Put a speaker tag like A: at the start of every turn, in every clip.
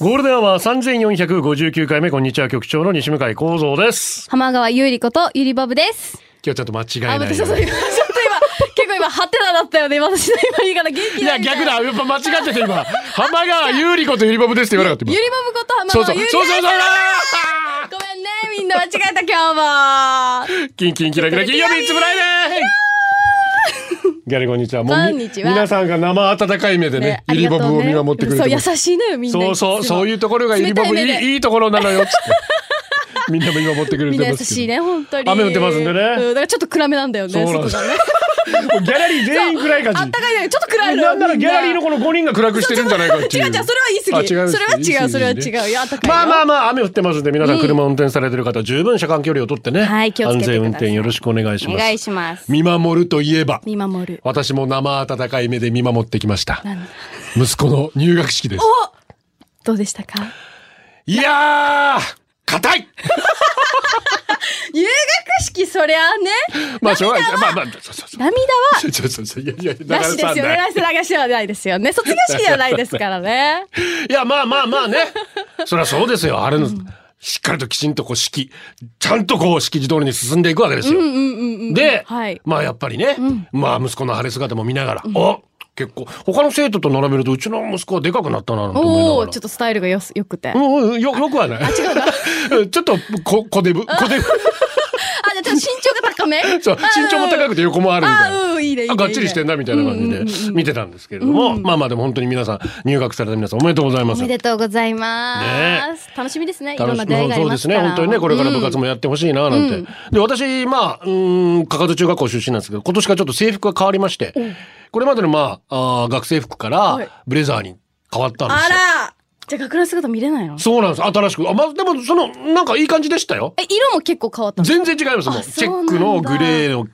A: ゴールデンは三千四百五十九回目こんにちは局長の西向井光三です。
B: 浜川ゆりことゆりバブです。
A: 今日ちょっと間違えな
B: あ、
A: いように。
B: 私ちょっと今、ちょっと今、結構今、ハテナだったよね。私の今言い方元気
A: い
B: な
A: や
B: いみた
A: 逆だ。やっぱ間違ってた今。浜川優里子とゆりぼぶですって言わなかった
B: ゆ
A: 今
B: り。バブこと浜
A: そうそ
B: 川
A: う
B: ゆ
A: そう
B: り
A: そうそう
B: です。ごめんね、みんな間違えた今日も。
A: キンキンキラキラ金曜日いつぶらいでギャルこんにちは。もうみ
B: こんにちは
A: 皆さんが生温かい目でね、ゆりぼぶを見守ってくれ
B: そう、
A: て
B: 優
A: ます。
B: しいのよ、みんな。
A: そうそうそういうところがゆりぼぶ
B: 冷たい目
A: い
B: で
A: いいいところなの よっつって。みんなも見守ってくれ
B: み
A: て
B: んな
A: ま
B: 優
A: すけど。
B: しいね、本当に。
A: 雨降ってますんでね
B: うんだからちょっと暗めなんだよね、
A: そうなんです
B: 外がね。
A: もうギャラリー全員暗い感じ。
B: あったかいね、ちょっと暗いのよ
A: なんならギャラリーの
B: みん
A: この5人が暗くしてるんじゃないかっていう。
B: 違う違う、それは言い過ぎ。そ
A: あ
B: れ
A: 違う
B: は違う、それは
A: 言い過ぎ
B: 違う。いや、あったかいよ。
A: まあまあまあ、雨降ってますんで、皆さん車運転されてる方、十分車間距離をとってね。
B: はい気をつけてください
A: 安全運転よろしくお願いします。
C: お願いします。
A: 見守るといえば、
B: 見守る。
A: 私も生温かい目で見守ってきました。息子の入学式です。
B: どうでしたか
A: いやー硬い
B: 入学式そりゃあね
A: まあ、しょうがない。まあまあ、そうそうそう。
B: 涙は
A: ちょちょちょいやいや、だ
B: な
A: から
B: しです
A: さ
B: よねなしなしではないですよね卒業式ではないですからね
A: いや、まあまあまあね。そりゃそうですよ。あれの、しっかりときちんとこう式、ちゃんとこう式時通りに進んでいくわけですよ。で、
B: はい
A: まあやっぱりね、まあ息子の晴れ姿も見ながら、お結構、他の生徒と並べるとうちの息子はでかくなったな、なんて思いな
B: お
A: が
B: お
A: ら。
B: ちょっとスタイルがよすよくて、あじ
A: うんうん、よ、よくはない。 ちょっと、こ、こでぶ、こでぶ。
B: ゃあちょっと身長が高め
A: そう、身長も高くて横もあるみたいな。
B: あうんいいねいいね
A: あがっちりしてんなみたいな感じで見てたんですけれども、まあまあでも本当に皆さん、入学された皆さんおめでとうございま
C: お
A: す
C: め。でとうございます。
B: 楽しみですねい
A: 楽
B: ろん
A: し
B: な出会いがあ
A: そ
B: り
A: うで
B: ますすか
A: ね
B: ら
A: 本当にねこれから部活もやってほしいななんて、で私まあうーんかかず中学校出身なんですけど今年からちょっと制服が変わりまして、これまでのまああー学生服からブレザーに変わったんですよ、
B: あらじゃあ学ラン姿見れないの
A: そうなんです新しくあ、まあ、でもそのなんかいい感じでしたよ
B: え色も結構変わったの
A: 全然違いますもう
B: あ
A: チェ
B: そう
A: ッ
B: なんだ
A: クのグレーの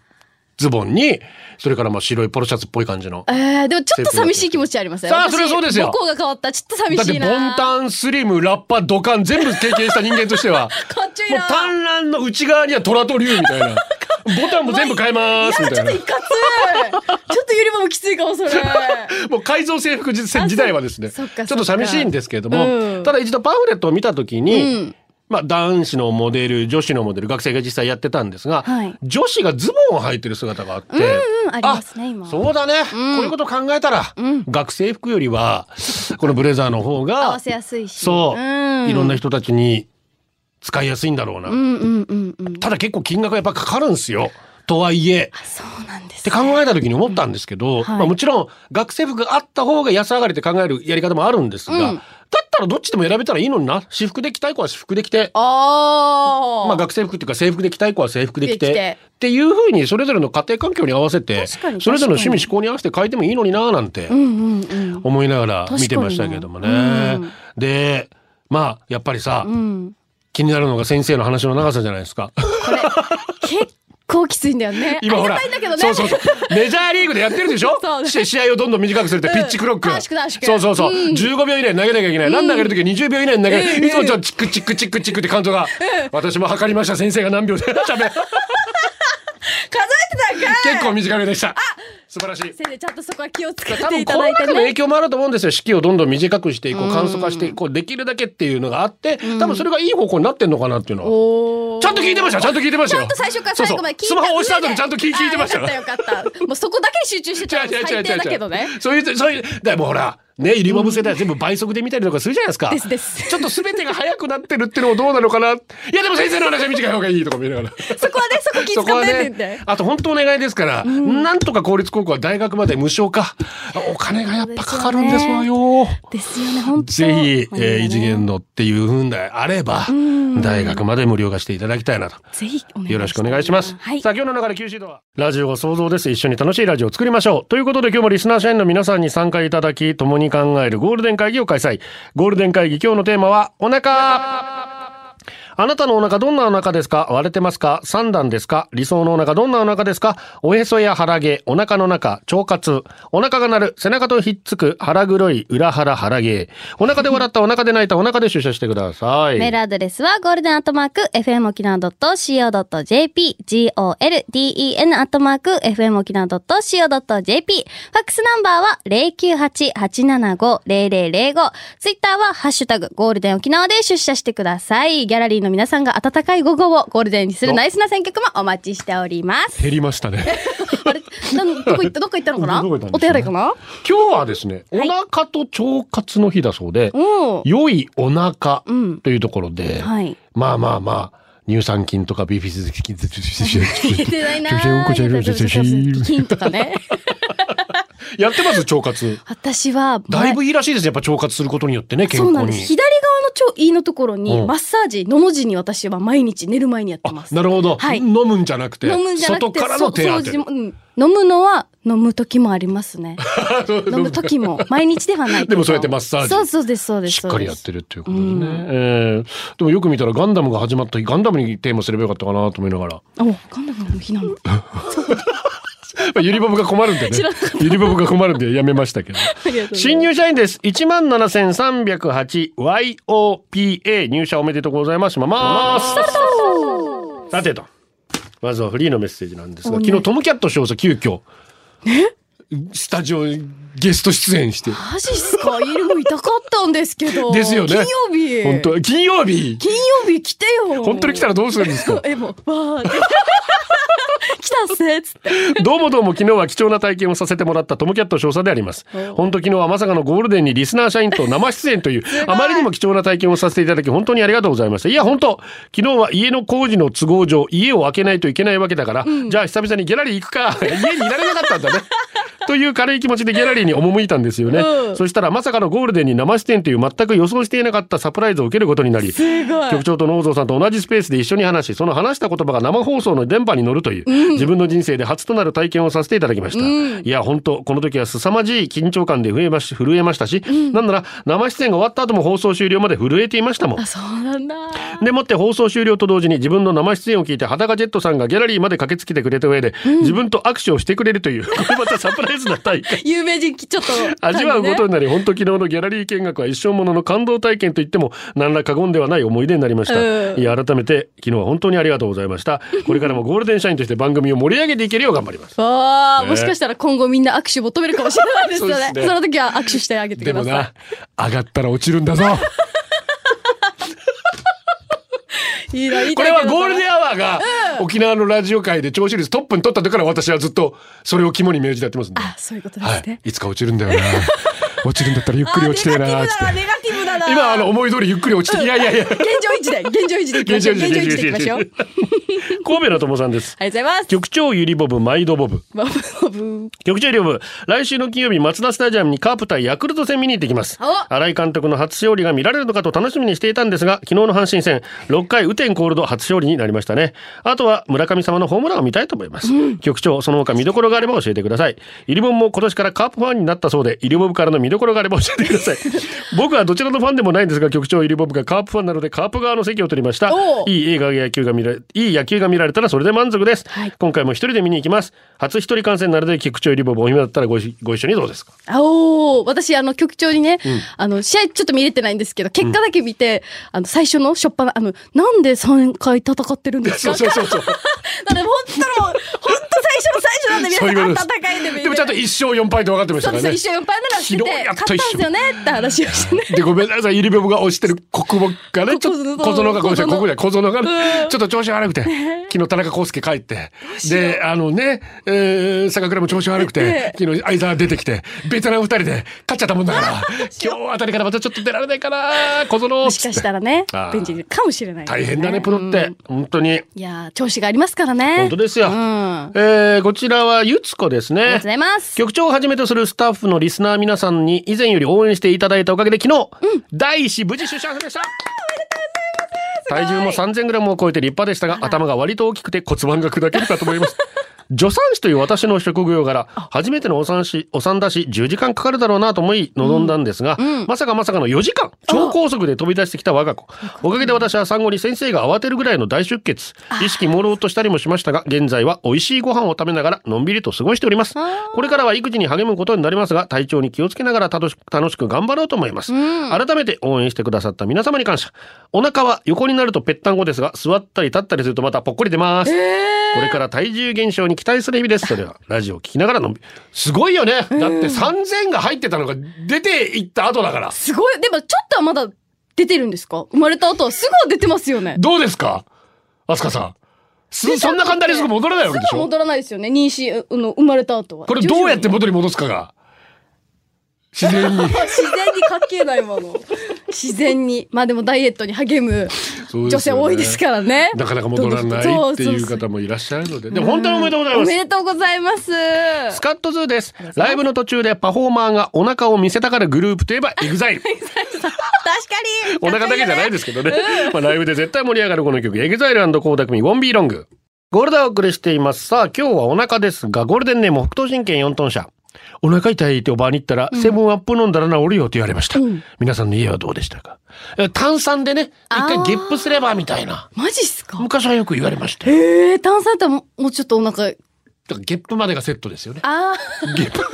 A: ズボンにそれからまあ白いポロシャツっぽい感じの
B: えー、でもちょっと寂しい気持ちありますね
A: さあ
B: 私
A: それはそうですよ
B: 母校が変わったちょっと寂
A: だっ
B: していな
A: ボンタンスリムラッパドカン全部経験した人間としては
B: かっちょいい
A: もう
B: な
A: 単乱の内側には虎と竜みたいなボタンも全部変えま
B: や
A: すみ
B: だち
A: た
B: ょ
A: い
B: っと
A: ない
B: かつちょっとゆりもきついかもそれ
A: もう改造制服時時代はですねち
B: そ
A: ょ
B: っか
A: っと寂しいんですけれども、
B: うん
A: ただ一度パンフレットを見た時に、
B: うん
A: まあ、男子のモデル女子のモデル学生が実際やってたんですが、
B: はい
A: 女子がズボンを履いてる姿があって、
C: うん、ありますね、今。
A: そうだね、こういうこと考えたら、学生服よりはこのブレザーの方
C: 合
A: が
C: わせやすいし。
A: そう、
C: うん
A: いろんな人たちに使いやすいんだろうな、
C: うんうんうんうん。
A: ただ結構金額やっぱかかるんですよとはいえ
B: そうなんです
A: って考えた時に思ったんですけど、
B: はい
A: まあ、もちろん学生服があった方が安上がりって考えるやり方もあるんですが、
C: うん
A: だったらどっちでも選べたらいいのにな私服で着たい子は私服で着て
B: ああ。
A: まあ、学生服っていうか制服で着たい子は制服で着て
B: で着て
A: っていうふうにそれぞれの家庭環境に合わせて
B: 確かに
A: それぞれの趣味思考に合わせて変えてもいいのにななんて
C: うんうんうん。
A: 思いながら見てましたけどもね。
C: うん
A: でまあやっぱりさ、
C: うん。
A: 気になるのが先生の話の長さじゃないですか。
B: これ、結構きついんだよね。
A: 今ほら、
B: ありがたいんだけどね。
A: そうそうそう。メジャーリーグでやってるでしょ
B: そうね
A: し試合をどんどん短くするって、
B: うん
A: ピッチクロック。
B: 短縮短縮
A: そうそうそう。15秒以内に投げなきゃいけない。ランナーがいるときは20秒以内に投げ
B: うん
A: る。いつもちょっとチクチクチクチクって感動が。私も測りました、先生が何秒で。ダメ
B: 数えてたんかい
A: 結構短めでした。素晴らしい。
B: 先生、ちゃんとそこは気をつけ
A: 多
B: て
A: 分
B: い
A: コロ
B: ただ
A: ナ
B: い
A: 禍
B: て
A: の影
B: ね。
A: 響もあると思うんですよ式をどんどん短くしていこう簡素化していこうできるだけっていうのがあって多分それがいい方向になってんのかなっていうのは
B: おー
A: ちゃんと聞いてましたちゃんと聞いてましたよ
B: ちゃんと最初から最後まで聞い
A: そ
B: た
A: うそうスマホ押した後にちゃんと聞い聞いてました
B: あーよかったよかった。もうそこだけに集中してたら最低だけどね。
A: そういうそういうだからもうほらねゆりもぶ世代は全部倍速で見たりとかするじゃないですか。
B: ですです
A: ちょっと全てが速くなってるってのもどうなのかな。いやでも先生の話は短い方がいいとか見ながら。
B: そこはね、そこ気
A: そ
B: 遣っ
A: こは
B: てって言っ
A: ね
B: て。、
A: あと本当お願いですから、なんとか公立高校は大学まで無償化。お金がやっぱかかるんですわよ。
C: ですよね、本当
A: ぜひ、えー異次元のっていうふうであれば、大学まで無料化していただきたいなと。
B: ぜひお願い
A: よろしくお願いします。
C: はい
A: さあ今日の流れ九州ではラジオが想像です。一緒に楽しいラジオを作りましょう。ということで今日もリスナー社員の皆さんに参加いただき、共に考えるゴールデン会議を開催。ゴールデン会議今日のテーマはお腹。あなたのお腹どんなお腹ですか割れてますか三段ですか理想のお腹どんなお腹ですかおへそや腹毛、お腹の中、腸活。お腹が鳴る、背中とひっつく、腹黒い、裏腹腹毛。お腹で笑った、お腹で泣いた、お腹で出社してください。
D: メールアドレスはゴールデンアットマーク FM 沖縄 .co.jp golden アットマーク FM 沖縄 .co.jp ファックスナンバーは098-875-0005ツイッターはハッシュタグゴールデン沖縄で出社してくださいギャラリーの皆さんが温かい午後をゴールデンにするナイスな選曲もお待ちしており ます
A: 減りましたね。
B: あれ、なんどこ行ったどこ行ったのかな
A: どこ行ったんでしょうね
B: お手洗いかな
A: 今日はですね、お腹と腸活の日だそうで、
B: うん。
A: 良いお腹
C: うん
A: というところで、
C: はい。
A: まあまあまあ、乳酸菌とかビフィズス 菌、
B: 出ないな
C: 金とかね。
A: やってます腸活。
C: 私は、
A: だいぶいいらしいですやっぱ腸活することによってね、健
C: そうな
A: 康
C: んです。
A: に。
C: 左側の腸胃のところ
A: う
C: に
A: ん
C: マッサージ、のの字に私は毎日寝る前にやって
A: あ
C: ま、す。
A: なるほど、
C: はい
A: 飲むんじゃなくて、
C: 飲むんじゃなくて、
A: 外からの手当て
C: そ。掃除もうん飲むのは飲む時もありますね。飲む
A: 飲
C: 時も毎日ではないけど。
A: でもそうやってマッサージ
C: そうそうですそう
A: む
C: です。
A: しっかりやって
C: る。
A: るっていうことですね、えーでもよく見たらガンダムが始まった日、ガンダムにテーマすればよかったかなと思いながら。
C: お、わかんなくなる日な の。
A: まあ、ゆりぼぶが困る んでね。ゆりぼぶが困るんでやめましたけど。 新入社員です。一万七千三百八 Y. O. P. A. 入社おめでとうございます。まます。さてと。まずはフリーのメッセージなんですが、昨日トムキャット少佐急遽。スタジオにゲスト出演して。
B: マジっすかイルも痛かったんですけど。
A: ですよね
B: 金曜日。
A: 本当、金曜日。
B: 金曜日来てよ。
A: 本当に来たらどうするんですか
B: え、もう、わーって。来たっすね、つっ て。
A: どうもどうも昨日は貴重な体験をさせてもらったトムキャット少佐であります。本当昨日はまさかのゴールデンにリスナー社員と生出演という、あまりにも貴重な体験をさせていただき本当にありがとうございました。いや本当、昨日は家の工事の都合上、家を開けないといけないわけだから、じゃあ久々にギャラリー行くか、 家にいられなかったんだね。 という軽い気持ちでギャラリーに赴いたんですよね、そしたらまさかのゴールデンに生出演という全く予想していなかったサプライズを受けることになり 局長と能蔵さんと同じスペースで一緒に話しその話した言葉が生放送の電波に乗るという、自分の人生で初となる体験をさせていただきました、いや本当この時は凄まじい緊張感で震えまし震えましたし、なんなら生出演が終わった後も放送終了まで震えていましたもん
B: そうなんだ。
A: でもって放送終了と同時に自分の生出演を聞いて裸ジェットさんがギャラリーまで駆けつけてくれた上で、自分と握手をしてくれるというこれまたサプライズな体験
B: 有名人、ちょっと、
A: 味わうことになり、本当昨日のギャラリー見学は一生ものの感動体験といっても何ら過言ではない思い出になりました、いや改めて昨日は本当にありがとうございましたこれからもゴールデン社員として番組を盛り上げていけるよう頑張ります
B: わあ、
A: ね
B: もしかしたら今後みんな握手求めるかもしれないですよ
A: そう
B: ね。
A: で
B: そ
A: すね
B: の時は握手してあげてくださ
A: 上がったら落ちるんだ ぞ
B: い。いいな、いいな。
A: これはゴール
B: ン
A: デンアワーが沖縄のラジオ界で聴取率トップに取った時から私はずっとそれを肝に銘じてやってますんで
B: あ、そういうことで
A: は
B: すね
A: い。、いつか落ちるんだよな 落ちるんだったらゆっくり落ちてえなーっつって
B: あネガティブだな、ネガティブだな。
A: 今あの、思い通りゆっくり落ちていやいやいや
B: 現状維持で、現状維持でいきましょう。現状維持でいきましょう。ありがとう
A: 神戸の友さんです
B: ございます。
A: 局長ゆりぼぶ毎度ボブ
B: バブバブ
A: 局長両部来週の金曜日マツダスタジアムにカープ対ヤクルト戦見に行ってきます
B: お
A: 新井監督の初勝利が見られるのかと楽しみにしていたんですが昨日の阪神戦6回雨天コールド初勝利になりましたねあとは村上様のホームランを見たいと思います、局長その他見どころがあれば教えてくださいイリボンも今年からカープファンになったそうでイリボブからの見どころがあれば教えてください僕はどちらのファンでもないんですが局長イリボブがカープファンなのでカープ側の席を取りました
B: お
A: いい映画や野球が見られ、いい野球が見られたらそれで満足です。今回も一人で見に行きます。初一人観戦なので、菊池リボブお暇だったらご一ご一緒にどうですか。
B: あおー私、あの、局長にね、あの、試合ちょっと見れてないんですけど、結果だけ見て、あの、最初の初っ端、あの、なんで3回戦ってるんですか
A: そうそうそう。
B: だから本当の、本当最初の最初なんで、
A: そういうこ
B: 皆
A: と
B: さ
A: で
B: ん
A: す
B: 戦いで見れ
A: でもちゃんと一勝四敗と分かってまし
B: そ
A: た
B: う
A: か
B: で
A: ら
B: す
A: ね。
B: 一勝4敗ならして
A: 広い
B: て
A: やっと
B: 勝ったんですよねって話をしてね
A: でごめんなさい、イリボブが推してる国母がね、ちょっと小園が、ごめんなさい、
B: 小園
A: 国母じゃない小園がね、ちょっと調子悪くて、昨日田中康介帰って、で、あのね、えー坂倉も調子悪くて、昨日相沢出てきて、ベテラン二人で勝っちゃったもんだから、 今日あたりからまたちょっと出られないかな、小園
B: も
A: っ
B: し
A: つ
B: か
A: っ
B: してたらね
A: あー
B: ベンチにいるかもしれないです
A: 大変だね、プロって。本当に。
B: いやー調子がありますからね
A: 本当ですよ。
B: うん
A: えーこちらはゆつこです
B: ありがとう
A: ね
B: ご。ざいます
A: 局長をはじめとするスタッフのリスナー皆さんに以前より応援していただいたおかげで昨日、第一子無事出社しました体重も3 0 0 0ムを超えて立派でしたが頭が割と大きくて骨盤が砕けるかと思います助産師という私の職業柄、初めてのお産し、お産だし、10時間かかるだろうなと思い望んだんですが、まさかまさかの4時間、超高速で飛び出してきた我が子。おかげで私は産後に先生が慌てるぐらいの大出血、意識朦朧としたりもしましたが、現在は美味しいご飯を食べながら、のんびりと過ごしております。これからは育児に励むことになりますが、体調に気をつけながら楽しく楽しく頑張ろうと思います。改めて応援してくださった皆様に感謝。お腹は横になるとぺったんこですが、座ったり立ったりするとまたぽっこり出ます。これから体重減少に期待する日々です。それはラジオを聞きながらのんびすごいよね。だって3000が入ってたのが出ていった後だから。
B: すごい。でも、ちょっとはまだ出てるんですか生まれた後はすぐ出てますよね。
A: どうですかアスカさん。すそんな簡単にすぐ戻らないわけですし
B: ぐは
A: ょ
B: 戻らないですよね。妊娠、あの、生まれた後は。
A: これどうやって元に戻すかが。自然に。
B: 自然にかけないもの。自然に。まあでもダイエットに励
A: そう
B: む
A: ですよね
B: 女性多いですからね。
A: なかなか戻らないっていう
B: そそそ
A: 方もいらっしゃるので。でも本当におめでとうござい
B: お
A: ます
B: め。でとうございます。
A: スカットズーです。ライブの途中でパフォーマーがお腹を見せたからグループといえば EXILE。
B: 確か に
A: お腹だけじゃないですけどね。まあライブで絶対盛り上がるこの曲、EXILE& コーダクミ、Won't Be Long。ゴールドをお送りしています。さあ、今日はお腹ですが、ゴールデンネーム北東神経4トン車。お腹痛いっておばあに言ったら、セブンアップ飲んだら治るよって言われました。皆さんの家はどうでしたかえ炭酸でね、一回ゲップすればみたいな。
B: マジっすか
A: 昔はよく言われましたよ。
B: ええ炭酸ってももうちょっとお腹、
A: だからゲップまでがセットですよね。
B: ああ、
A: ゲップ。
B: そこ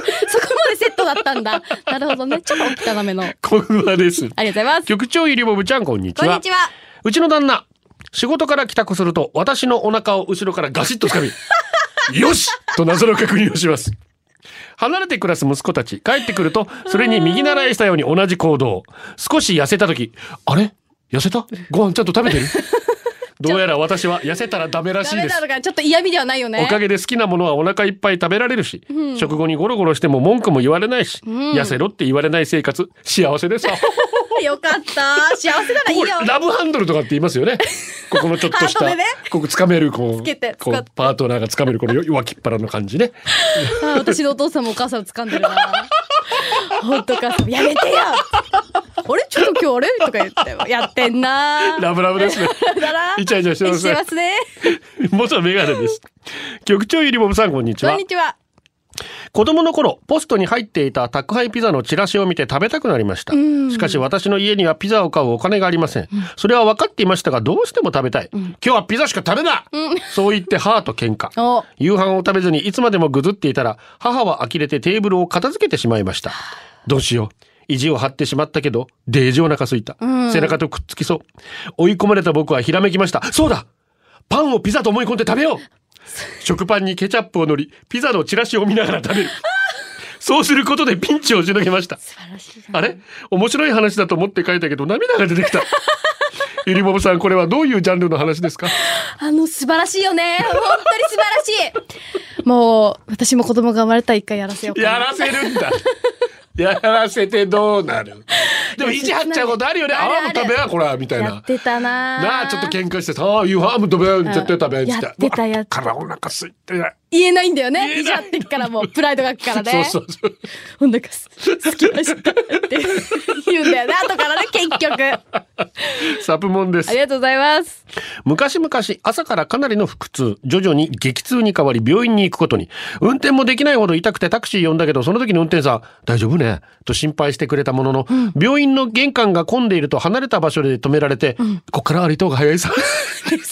B: までセットだったんだ。なるほどね。ちょっとお汚めの。あり
A: こんばんはです。
B: がとうございます。
A: 局長ゆりぼぶちゃん、こんにち
B: こん
A: は。
B: にちは。
A: うちの旦那、仕事から帰宅すると、私のお腹を後ろからガシッと掴 み、よしと謎の確認をします。離れて暮らす息子たち、帰ってくると、それに右習いしたように同じ行動。少し痩せた時、あれ痩せたご飯ちゃんと食べ てるどうやら私は痩せたらダメらし
B: ダ
A: い
B: メ
A: で
B: な
A: す
B: の。か、ちょっと嫌味ではないよね。
A: おかげで好きなものはお腹いっぱい食べられるし、食後にゴロゴロしても文句も言われないし、痩せろって言われない生活、幸せです。
B: よかった。幸せならいい
A: こ
B: よ
A: こ。ラブハンドルとかって言いますよ ね。ここのちょっとした、
B: ハートでね
A: ここつかめるこう
B: けて
A: こう
B: 使って
A: パートナーがつかめるこのよ脇っ腹の感じ ね。
B: あー私のお父さんもお母さんも掴んでるな。本当か、やめてよ。あれ、ちょっと今日あれとか言って、やってんな。
A: ラブラブですね。
B: だな。
A: イチャイチャしてますね
B: してますね。
A: 元メガネです。局長ゆりぼぶさんこんにち
B: こん
A: は
B: に。ちは。
A: 子供の頃ポストに入っていた宅配ピザのチラシを見て食べたくなりました。しかし私の家にはピザを買うお金がありません。それは分かっていましたがどうしても食べたい。今日はピザしか食べない。そう言って母と喧 嘩。
B: お、
A: 夕飯を食べずにいつまでもぐずっていたら母は呆れてテーブルを片付けてしまいましたどうしよう意地を張ってしまったけどデージお腹すいた、背中とくっつきそう追い込まれた僕はひらめきましたそうだパンをピザと思い込んで食べよう食パンにケチャップを塗りピザのチラシを見ながら食べるそうすることでピンチをしのげましたあれ面白い話だと思って書いたけど涙が出てきたゆりももさんこれはどういうジャンルの話ですか
B: あの、素晴らしいよね。本当に素晴らしい。もう、私も子供が生まれたら一回やらせよう か
A: や
B: な。
A: らせるん だ。やらせてどうなる。でも意地張っちゃうことあるよね。あ
B: あるある
A: あも食べやこらみたい
B: や
A: な
B: っ。てたな。
A: なあちょっと喧嘩してさあ夕飯も食べよう絶対食べっつって。
B: やってたやってた
A: からお腹空いて ない。
B: 言えないんだよ
A: 言えな
B: ね。
A: い
B: いじゃってっからもう、プライドがあるからね。
A: そうそうそう。
B: お腹す好きましたって言うんだよね。後からね、結局。あ
A: サプモンです
B: り。がとうございます。
A: 昔々朝からかなりの腹痛徐々に激痛に変わり病院に行くことに運転もできないほど痛くてタクシー呼んだけどその時の運転手さん「大丈夫ね?」と心配してくれたものの、病院の玄関が混んでいると離れた場所で止められて「こっから歩いた方が早いさ」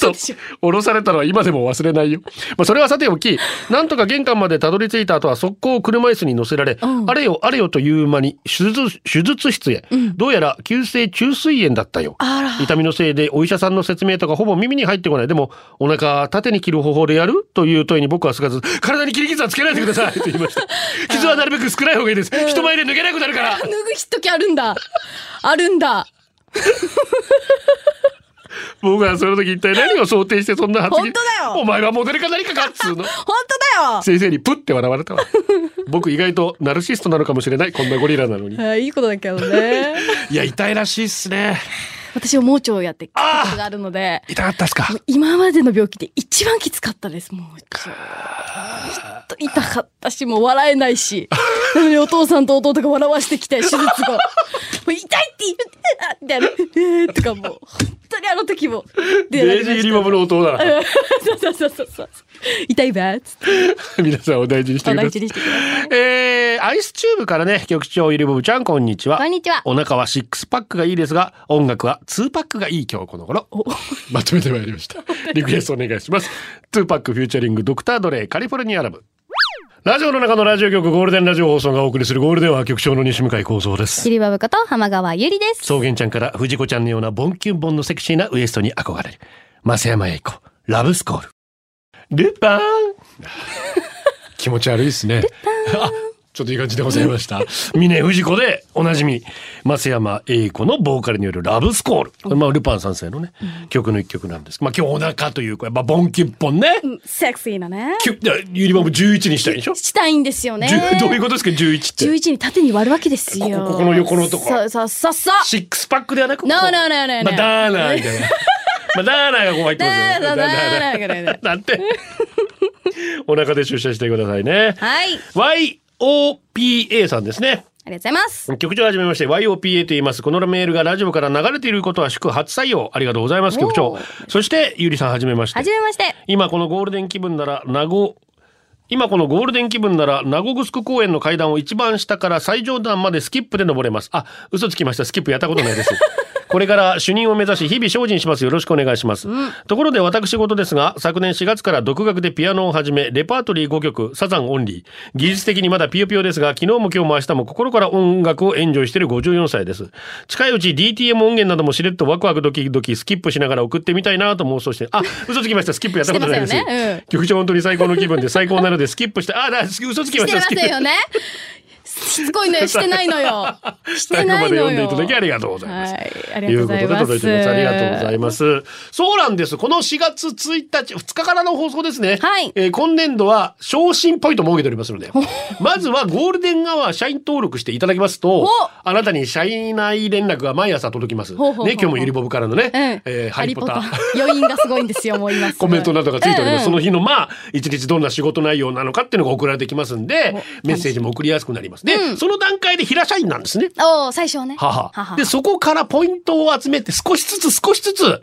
A: と降ろされたのは今でも忘れないよ、まあ、それはさておきなんとか玄関までたどり着いた後は速攻車椅子に乗せられ、あれよあれよという間に手術手術室へ、どうやら急性虫垂炎だったよ痛みのせいでお医者さんの説明とかほぼ耳に入ってこない。でも、お腹縦に切る方法でやるという問いに僕はすかず、体に切り傷はつけないでくださいと言いました。傷はなるべく少ない方がいいです。人前で抜けなくなるから。
B: 脱ぐ日時あるんだ。あるんだ。
A: 僕はその時一体何を想定してそんな発言。
B: 本当だよ
A: お前はモデルか何かかっつうの。
B: 本当
A: 先生にプッて笑われ たわ。僕意外とナルシストなのかもしれない。こんなゴリラなのに。
B: だよ。はい、いいことだけどね。
A: いや、痛いらしいっすね。
B: 私は盲腸をやってきたことがあるので、
A: 痛かったっすか。
B: 今までの病気で一番きつかったです、もう。ちょっと痛かったし、もう笑えないし。 なのにお父さんと弟が笑わしてきて、手術後。もう痛いって言ってたみたいな。えーとかもう、本当ににあの時も出
A: デ
B: られ
A: イ
B: ま
A: ジー
B: し
A: リバブの音だな
B: た。そうそうそうそう。痛いばっつって
A: 皆さんお大事にして
B: お
A: くださ
B: 大
A: い
B: 事にしてください。
A: えー、アイスチューブからね局長ゆりぼぶちゃんこんにちは
D: こんにちは
A: お腹は6パックがいいですが音楽は2パックがいい今日この頃まとめてまいりました リクエストお願いします2パックフューチャリングドクター・ドレイカリフォルニア・ラブラジオの中のラジオ局ゴールデンラジオ放送がお送りするゴールデンは局長の西向井光三です
D: シリバブこと浜川ゆりです。
A: 草原ちゃんから藤子ちゃんのようなボンキュンボンのセクシーなウエストに憧れる増山栄子ラブスコールルパン気持ち悪いですねあ ちょっといい感じでございました峰藤子でおなじみ増山栄子のボーカルによるラブスコール、まあルパン三世のね曲の一曲なんですまあ今日お腹というかやっぱボンキュッポンね、
B: セクシーなね。
A: キュッいやゆりばも11にしたいでしょ、
B: したいんですよね。
A: 10どういうことですか11って
B: 11に縦に割るわけですよ。
A: ここここの横のとこ
B: そうそうそうそう。
A: シックスパックではなく
B: No, no, no, no, no.
A: まあ、ダーナーみ たいな。まあ、ダーナーがこう入ってますよね。
B: ダーナーダーナー
A: ダーナーなんて。お腹で出社してくださいね。
D: はい。
A: YOPA さんですね。
D: ありがとうございます。
A: 局長はじめまして YOPA と言います。このメールがラジオから流れていることは祝初採用。ありがとうございます、局長。そして、ゆりさんはじめまして
D: は。じめまして。
A: 今このゴールデン気分なら名護今このゴールデン気分なら名護グスク公園の階段を一番下から最上段までスキップで登れますあ嘘つきましたスキップやったこと ないですこれから主任を目指し日々精進しますよろしくお願いします、ところで私事ですが昨年4月から独学でピアノを始めレパートリー5曲サザンオンリー技術的にまだピヨピヨですが昨日も今日も明日も心から音楽をエンジョイしている54歳です近いうち DTM 音源などもしれっとワクワクドキドキスキップしながら送ってみたいなと妄想してあ嘘つきましたスキップやったことないです
B: してますよねうん
A: 局長本当に最高の気分で最高なのでスキップして、あ、だ、嘘つきま
B: し
A: してた、
B: ま
A: ス
B: せ
A: キッ
B: んよ
A: プ。
B: ね。しつこいのよ、してないの よ。して
A: 最後
B: ないのよ。
A: まで読んでいただきありがとうございます。
B: はい、ありがとうござい
A: とい
B: ます。
A: うことで届いております。ありがとうございます。そうなんです。この4月1日、2日からの放送ですね。
D: はい
A: えー今年度は昇進ポイントを設けておりますので、まずはゴールデンアワー社員登録していただきますと、あなたに社員内連絡が毎朝届きます。
B: ほうほうほうほう
A: ね、今日もゆりぼぶからのね、
B: うん
A: えーハリポタ。
B: 余韻がすごいんですよ、もう今すご
A: コ
B: い
A: メントな どがついております。そ
B: うんうん
A: の日のまあ、一日どんな仕事内容なのかっていうのが送られてきますんで、メッセージも送りやすくなります。で、その段階で平社員なんですね。
B: おー最初はね。
A: は
B: は
A: は。
B: は
A: で、そこからポイントを集めて少しずつ少しずつ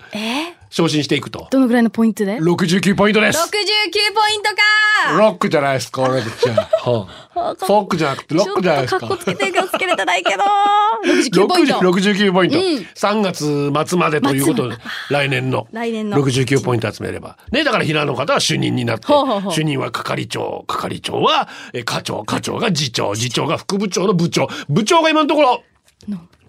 A: 昇進していくと。
B: どのぐらいのポイントで
A: 69ポイントです。
B: ?69 ポイントか
E: ロックじゃないですか、俺た ちは。
A: はあ
E: フォークじゃなくてロックじゃないです
B: ちょっとかっ
E: か
B: こ。つけてるつけ れてないけど。69ポイント。
A: 69ポイント、3月末までということで来年の
B: 来年の
A: 69ポイント集めればねだから平野の方は主任になって
B: ほうほうほう
A: 主任は係長係長はえ課長課長が次長次長が副部長の部長部長が今のところ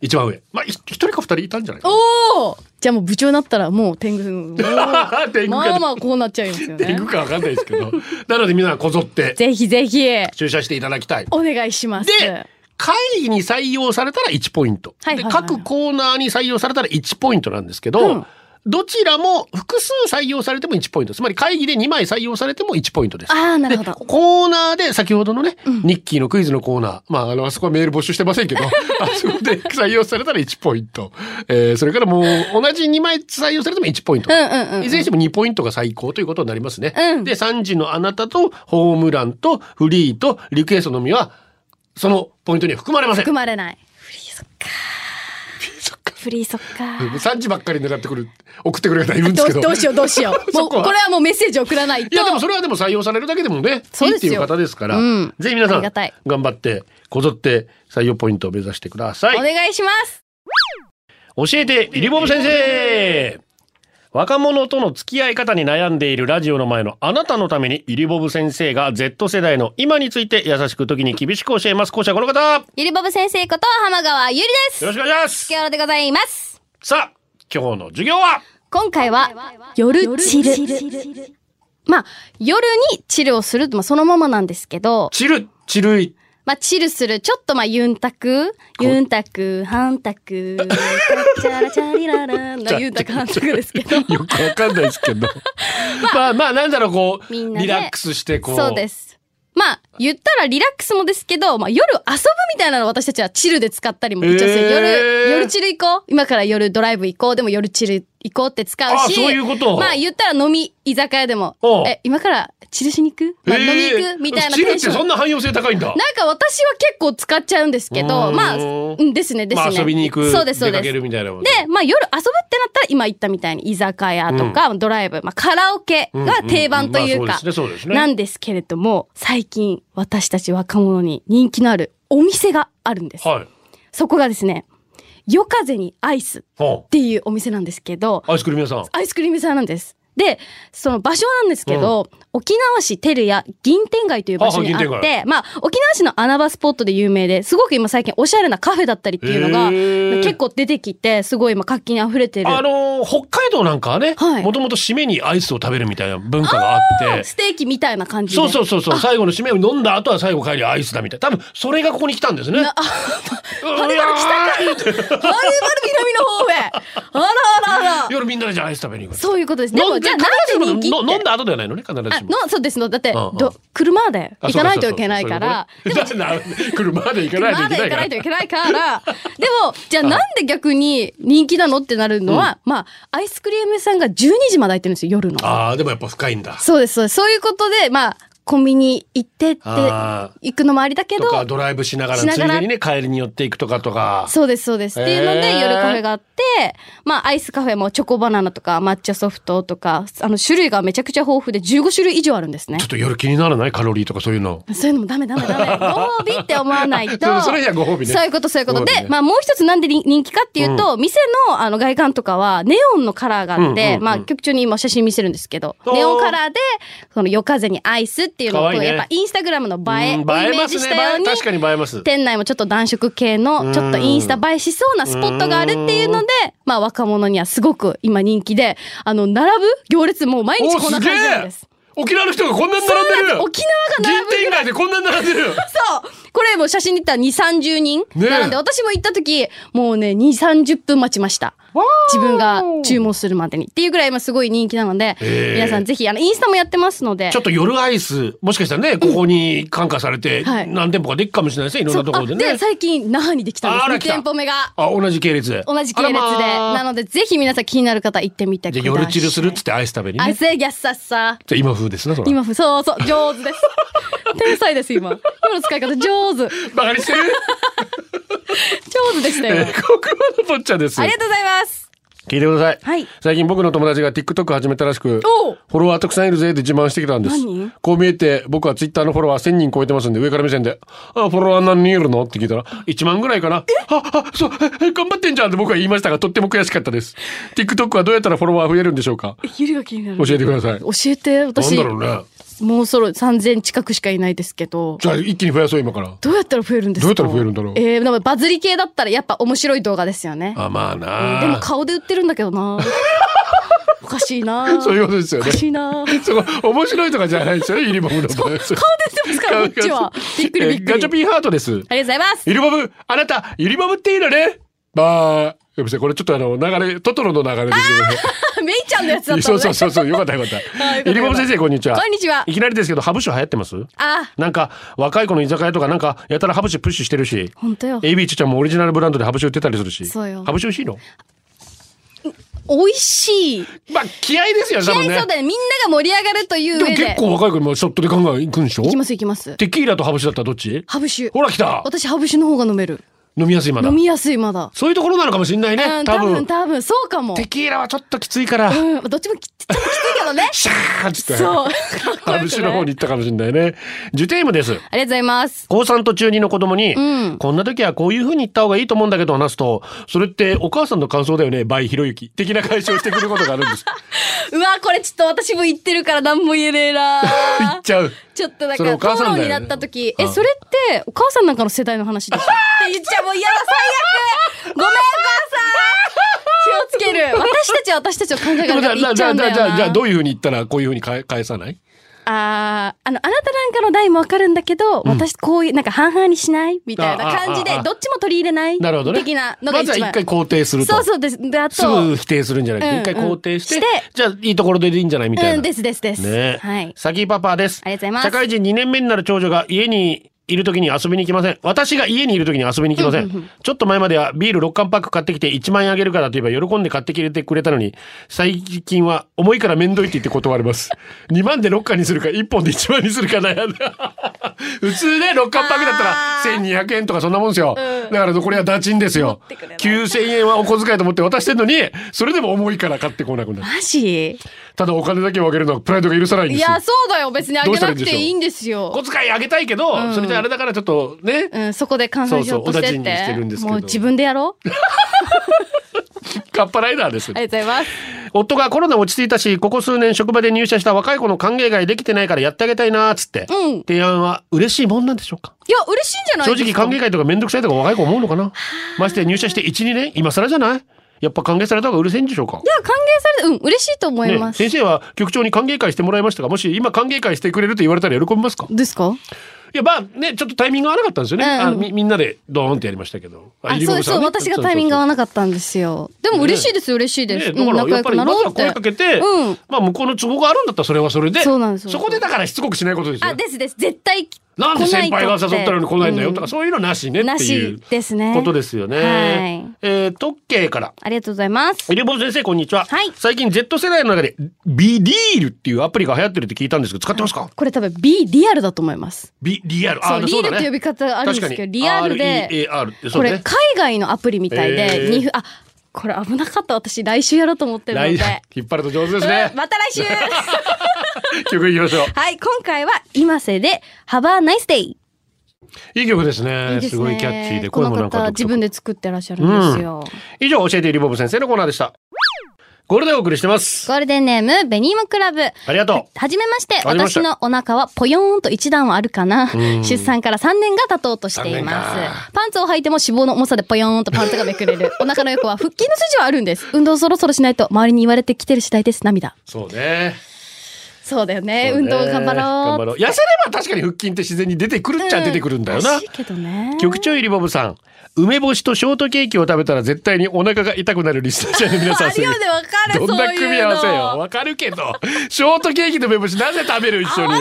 A: 一番上まあひ一人か二人いたんじゃないか
B: おおじゃあもう部長になったらもう天狗。
A: な 天狗
B: まあま
A: か
B: あこうなっちゃいますよ
A: 天
B: ね
A: 狗。かわかんないですけどなので皆さんこぞって
B: ぜひぜひ、
A: 注射していただきたい
B: お願いします。
A: で、会議に採用されたら1ポイント。
B: はい
A: で
B: はいはい
A: 各コーナーに採用されたら1ポイントなんですけど、
B: うん
A: どちらも複数採用されても1ポイント。つまり会議で2枚採用されても1ポイントです。
B: ああ、なるほど。
A: コーナーで先ほどのね、ニッキーのクイズのコーナー。まあ、あの、あそこはメール募集してません けど、あそこで採用されたら1ポイント。えー、それからもう、同じ2枚採用されても1ポイント。いずれにしても2ポイントが最高ということになりますね。で、3時のあなたと、ホームランと、フリーと、リクエストのみは、そのポイントには含まれません。
B: 含まれない。
A: そっか
B: フリーそっか。
A: 3時ばっかり狙ってくる、送ってくれる方いるんで
B: ど
A: すけ
B: う
A: ど。
B: どうしようど うしよ う。も
A: そうこは
B: これはもうメッセージ送らないと。
A: いやでもそれはでも採用されるだけでもね、い
B: そう
A: い
B: で
A: って
B: す
A: い
B: よ
A: う方ですから、
B: うん
A: ぜひ皆
B: あ
A: さん
B: りがたい
A: 頑張って、こぞって採用ポイントを目指してください
B: お。願いします。
A: 教えてリボブ先生若者との付き合い方に悩んでいるラジオの前のあなたのためにイリボブ先生が Z 世代の今について優しく時に厳しく教えます。講師はこの方よ
D: ゆりぼぶ先生こと浜川ゆりです。
A: ろしくお願いします
D: 今日でございます。
A: さあ、今日の授業は
D: 今回は、夜チル。
B: まあ、夜にチルをする、まあ、そのままなんですけど、
A: チル、チルイ。
B: まあ、チルする、ちょっとまあ、ユンタク、ユンタク、ハンタ ク、チャラチャリララのユンタク、ハンタクです けど、
A: よくわかんないです けど。まあまあ、なんだろう、こう、
B: みんなで
A: リラックスして、こう。
B: そうです。まあ、言ったらリラックスもですけど、まあ、夜遊ぶみたいなのを私たちはチルで使ったりも一応して、
A: えー
B: 夜、夜チル行こう。今から夜ドライブ行こう。でも夜チル行こうって使うし、
A: あそういうこと
B: まあ、言ったら飲み、居酒屋でも
A: おう、
B: え、今からチルしに行く、まあ
A: え
B: 飲
A: ー
B: み行くみたいな
A: チル
B: テ
A: っ
B: ン
A: て
B: ション。
A: そんな汎用性高いんだ。
B: なんか私は結構使っちゃうんですけ
A: うー
B: ど、
A: ん
B: まあ、うんですね、ですね。
A: まあ遊びに行く、
B: そうです、そう
A: 出
B: で
A: か
B: す
A: け。るみたいなこと。
B: で、まあ夜遊ぶってなったら今言ったみたいに居酒屋とかドライブ、まあカラオケが定番という
A: まあそ
B: か
A: う、ですね、そうですね。
B: なんですけれども、最近私たち若者に人気のあるお店があるんです。
A: はい。
B: そこがですね、夜風にアイスっ
A: ほ
B: ていうお店なんですけど、
A: うアイスクリーム屋さん。
B: アイスクリーム屋さんなんです。で、その場所なんですけど、沖縄市照屋銀天街という場所にあっ
A: あ銀
B: て、まあ、沖縄市の穴場スポットで有名で、すごく今最近おしゃれなカフェだったりっていうの
A: へ
B: が、
A: ー
B: 結構出てきて、すごい今活気に溢れてる。
A: あのー北海道なんかはね、
B: はい
A: もともと締めにアイスを食べるみたいな文化があって、
B: ステーキみたいな感じで。
A: そうそうそうそう、最後の締めを飲んだ後は最後帰りアイスだみたいな。多分それがここに来たんですね。
B: なあ、
A: はる来たか
B: はるばる南の方へ。あらあらあら。
A: 夜みんなでじゃあアイス食べに行く。
B: そういうことです。でも、じゃあなんで人気って
A: の飲んだ後ではないのね、必ず
B: あ
A: しも。
B: の、そうですの。だって、
A: うんうん
B: ど車で
A: あ
B: 行かないといけないから。
A: そうかそうかそういう ことね だってな車で行かないと
B: 車
A: いけ
B: で
A: な
B: 行
A: いか
B: からないといけないから。でも、じゃあなんで逆に人気なのってなるのは、まあ、アイスクリーム屋さんが12時まで開いてるんですよ、夜の。
A: ああ、でもやっぱ深いんだ。
B: そうです、そうです。そういうことで、まあ、コンビニ行ってって、
A: あ
B: 行くのもありだけ
A: と
B: ど、
A: かドライブしながら
B: しな
A: つい
B: がら
A: でにね帰りに寄っていくとかとか。
B: そうです、そうです。っていうの
A: へー
B: で、夜カフェがあって、まあ、アイスカフェもチョコバナナとか、抹茶ソフトとか、あの、種類がめちゃくちゃ豊富で15種類以上あるんですね
A: ちょっ。と夜気にならないカロリーとかそういうの。
B: そういうのもダメダメ ダメ。ご褒美って思わないと。
A: そうそれにはご褒美ね
B: そういうこと、そういうこと。
A: ご褒美ね
B: で、まあもう一つなんで人人気かっていうと、店のあの外観とかはネオンのカラーがあっ
A: うんうん
B: て
A: う、ん
B: まあ局長に今写真見せるんですけど、
A: おー
B: ネオンカラーで、その夜風にアイスっていうの
A: か
B: を、
A: わいいね
B: やっぱインスタグラムの映え
A: う
B: をイ
A: ん映え
B: メ
A: ま
B: ー
A: す
B: ジし
A: ね
B: たよう
A: 映え
B: に、
A: 確かに映えます
B: 店内もちょっと暖色系の、ちょっとインスタ映えしそうなスポットがあるっていうので、まあ若者にはすごく今人気で、あの、並ぶ行列もう毎日こんな感じなんです。
A: 沖縄の人がこんなに並
B: そ
A: ん
B: う
A: で
B: なん
A: る
B: です沖縄が並ぶぐらい
A: 銀天街でこんなに並んでる
B: そうこれもう写真で言ったら2、30人
A: ねえ
B: 並んで、私も行った時、もうね、2、30分待ちました。自分が注文するまでに。っていうぐらい今すごい人気なので、
A: へえ
B: 皆さんぜひ、あの、インスタもやってますので。
A: ちょっと夜アイスもしかしたらねここに感化されて
B: はい
A: 何店舗かできるかもしれないですねいろんなところで
B: そう
A: ね
B: あで、最近、那覇にできた
A: あ
B: ん
A: ら
B: で
A: 来
B: す。2
A: た
B: 店舗目が。
A: あ同じ系列で
B: 同じ系列で。
A: あらまあ
B: なので、ぜひ皆さん気になる方行ってみてく
A: じ
B: だ
A: ゃあ
B: さい。
A: 夜チルするっつってアイス食べに
B: あ、
A: ね
B: せやっさっさ。
A: じゃあ今風ですねそれ
B: 今、そうそう、上手です。 天才です、今。今の使い方上手。
A: バカにしてる
B: 上手でした
A: え ー
B: よ。
A: 黒熊の坊っちゃんです
B: ありがとうございます。
A: 聞いてください、
B: はい
A: 最近僕の友達が TikTok 始めたらしく
B: おう
A: フォロワーたくさんいるぜって自慢してきたんです
B: 何
A: こう見えて僕は Twitter のフォロワー1000人超えてますんで上から目線で「あフォロワー何人いるの?」って聞いたら「1万ぐらいかな」ああそうえ頑張ってんじゃん」って僕は言いましたがとっても悔しかったです TikTok はどうやったらフォロワー増えるんでしょうか
B: ゆりが気になる。
A: 教えてください
B: 教えて、私。
A: なんだろうね
B: もうそろ3000近くしかいないですけど。
A: じゃあ一気に増やそう今から
B: どうやったら増えるんですか
A: どうやったら増えるんだろう
B: えー、でもバズり系だったらやっぱ面白い動画ですよね。
A: あまあな
B: でも顔で売ってるんだけ どなおかしいな
A: そういうことです
B: お
A: よね
B: かしいな
A: そこ面白いとかじゃないですよねイリボムの場合
B: ですからこっちは。びっくりびっくり。
A: ガチャピンハートです
B: ありがとうございます。
A: ゆりマム、あなた、ゆりマムっていいのね。バー。やっぱりこれちょっとあの流れ、トトロの流れですよね。
B: メイちゃんのやつだった
A: そ
B: の
A: う
B: ね。
A: そうそうそう、よかったよかっ
B: あ
A: た。
B: よかった
A: ゆりマム先生、こんにちは。
B: こんにちはい
A: きなりですけど、ハブ酒流行ってます。
B: あ、
A: なんか若い子の居酒屋とかなんかやたらハブ酒プッシュしてるし
B: 本当よ。
A: AB ちゃんもオリジナルブランドでハブ酒売ってたりするし
B: そうよ
A: ハブ酒美味しいの
B: 美味しい。
A: まあ気合いですよね
B: 気
A: 多
B: 合い
A: 分ね
B: そうだね。みんなが盛り上がるという
A: でも
B: 上で。
A: 結構若い子にもショットでガンガン行くんでしょ
B: いきますいきます。
A: テキーラとハブ酒だったらどっち
B: ハブ酒。
A: ほら来た
B: 私ハブ酒の方が飲める。
A: 飲みやすいまだ
B: 飲みやすいまだ。
A: そういうところなのかもしれない
B: うん
A: ね多
B: 多分
A: 分
B: 多分そうかも。
A: テキーラはちょっときついから
B: うん、どっちもきちょっときついけどね。
A: シャーッつって
B: そう。
A: ハブ酒の方に行ったかもしれないね。ジュテイムです。
B: ありがとうございます。
A: 高3と中2の子供に、
B: ん
A: こんな時はこういう風に言った方がいいと思うんだけど話すと、それってお母さんの感想だよね、倍ひろゆき。的な解消してくることがあ るんです。
B: うわ、これちょっと私も言ってるから何も言えね えな
A: 言っちゃう。
B: ちょっとだ
A: そ
B: か
A: れ
B: ら
A: お母
B: 討
A: さんだよ
B: 論
A: ね
B: になった時、
A: う
B: え、
A: ん
B: それってお母さんなんかの世代の話でし ょって言っちゃうもう嫌だ、最悪ごめん、お母さん気をつける。 私たちは私たちの考え
A: で
B: が
A: も
B: あ
A: じゃあ、じゃ
B: るから言っ
A: あ、
B: ち
A: じゃ
B: ゃ
A: あ、
B: う
A: じ
B: んだよな。
A: ゃあ、じゃあどういう風に言ったらこういう風に返返さない
B: あーあの、あなたなんかの代もわかるんだけど、私こういう、なんか半々にしないみたいな感じ
A: あーあー
B: で
A: あー、
B: どっちも取り入れない
A: なるほどね。
B: 的なの
A: ま
B: が一
A: ずは
B: 番。
A: 一回肯定すると。
B: そうそうです。で、あと、
A: すぐ否定するんじゃなくて、
B: うんうん
A: 一回肯定して、
B: して
A: じゃあいいところでいいんじゃないみたいな。
B: うん、ですですです。
A: ねえ、
B: はい。
A: サキパパです。
B: ありがとうございます
A: 社会人2年目になる長女が家にいる時に遊びに行きません。私が家にいる時に遊びに行きません。ちょっと前まではビール6缶パック買ってきて1万円あげるからと言えば喜んで買ってきてくれたのに、最近は重いから面倒いって言って断り ます。2万で6缶にするか1本で1万にするか悩んだ。 普通ね、6缶パックだったら1200円とかそんなもんですよ。だからこれはダチンですよ。9000円はお小遣いと思って渡してんのに、それでも重いから買ってこなくなる。
B: マジ
A: ただお金だけをあげるのはプライドが許さないんで
B: い
A: すよ。
B: や、そうだよ。別にあげなくていいんです
A: お
B: よ
A: 小。遣いあげたいけど、それじゃあれだからちょっとね、
B: うん、そこで関西上と
A: そうそうお
B: して
A: 立ち
B: っ
A: にして
B: て
A: るんですけど
B: もう自分でやろう。
A: カッパライダーです
B: あ。りがとうございます。
A: 夫がコロナ落ち着いたし、ここ数年職場で入社した若い子の歓迎会できてないからやってあげたいなーっつって、
B: うん
A: 提案は嬉しいもんなんでしょうか
B: いや、嬉しいんじゃない
A: 正
B: です
A: 直
B: か
A: 歓迎会とかめんどくさいとか若い子思うのかなまして入社して1、2年今更じゃないやっぱ歓迎された方がうるせえんでしょうか
B: いや、歓迎されて、うん、嬉しいと思い
A: ね、
B: ます。
A: 先生は局長に歓迎会してもらいましたが、もし今歓迎会してくれると言われたら喜びますか
B: ですか
A: いや、まあね、ちょっとタイミング合わなかったんですよね。
B: うんうん
A: あみみんなでドーンってやりましたけど。
B: あ、
A: ゆり
B: そ
A: もこ
B: うです
A: さんは
B: そう、
A: ね
B: 私がタイミング合わなかったんですよ。でも嬉しいです、嬉しいです。
A: ね、
B: う
A: だから
B: ん仲
A: やっ
B: 良
A: ぱ
B: く
A: りま
B: な
A: ず
B: ろう
A: は
B: っ
A: 声
B: て
A: か。けて、
B: うん
A: まあ向こうの都合があるんだったらそれはそれで
B: そうなんですよ
A: こでだからしつこくしないことですよ
B: あ、ですです。絶対
A: なんで先輩が誘ったのに来ないんだよとか、
B: う
A: そういうのなしねっていう
B: なしですね
A: ことですよね。
B: はい
A: えー、トッケーから。
B: ありがとうございます。
A: エリボン先生こんにちは、
B: はい
A: 最近 Z 世代の中でビリールっていうアプリが流行ってるって聞いたんですけど使ってますか
B: これ多分 B リアルだと思います。
A: ビリアル
B: そう、リ
A: そ
B: ー
A: う
B: ル
A: だ
B: って呼び方あるんです
A: 確
B: けど、
A: かに
B: リアルで、
A: REAR ってそ
B: こ
A: うだ
B: れ
A: ね
B: 海外のアプリみたい
A: え
B: で、
A: ー
B: にふあ、これ危なかった私来週やろうと思ってるので。
A: 来引っ張ると上手です
B: う
A: ね
B: ん。 また来 週
A: 曲いきましょう。
B: はい、今回は
D: 今瀬で、ハバーナイスデイ。
A: いい曲ですね
B: いいですね。
A: すごいキャッチーで
B: こ
A: 声
B: の
A: もなん
B: 方
A: か
B: 自分で作ってらっしゃるんですよ。
A: 以上、教えてリボブ先生のコーナーでした。ゴールデンお送りしてます。
D: ゴールデンネーム、ベニーモクラブ。
A: ありがと
D: はじめまして、
A: はじめまして
D: 私のお腹はぽよーんと一段はあるかな。出産から3年が経とうとしてい
A: 三年
D: ます。パンツを履いても脂肪の重さでぽよーんとパンツがめくれる。お腹の横は腹筋の筋はあるんです。運動そろそろしないと周りに言われてきてる次第です。涙。
A: う。そうね。
D: そうだよね
A: そうね
D: 運動頑
A: 頑
D: 張ろ
A: 張
D: う。
A: ろう。痩せれば確かに腹筋って自然に出てくるっちゃ出てくるんだよな。
D: 惜しいけどね。
A: 局長リボブさん、梅干しとショートケーキを食べたら絶対にお腹が痛くなるリスナーさんの皆さん。
B: リオでわかる
A: どんな
B: そういうの
A: 組み合わせよ。わかるけど、ショートケーキと梅干しなぜ食べる一緒に。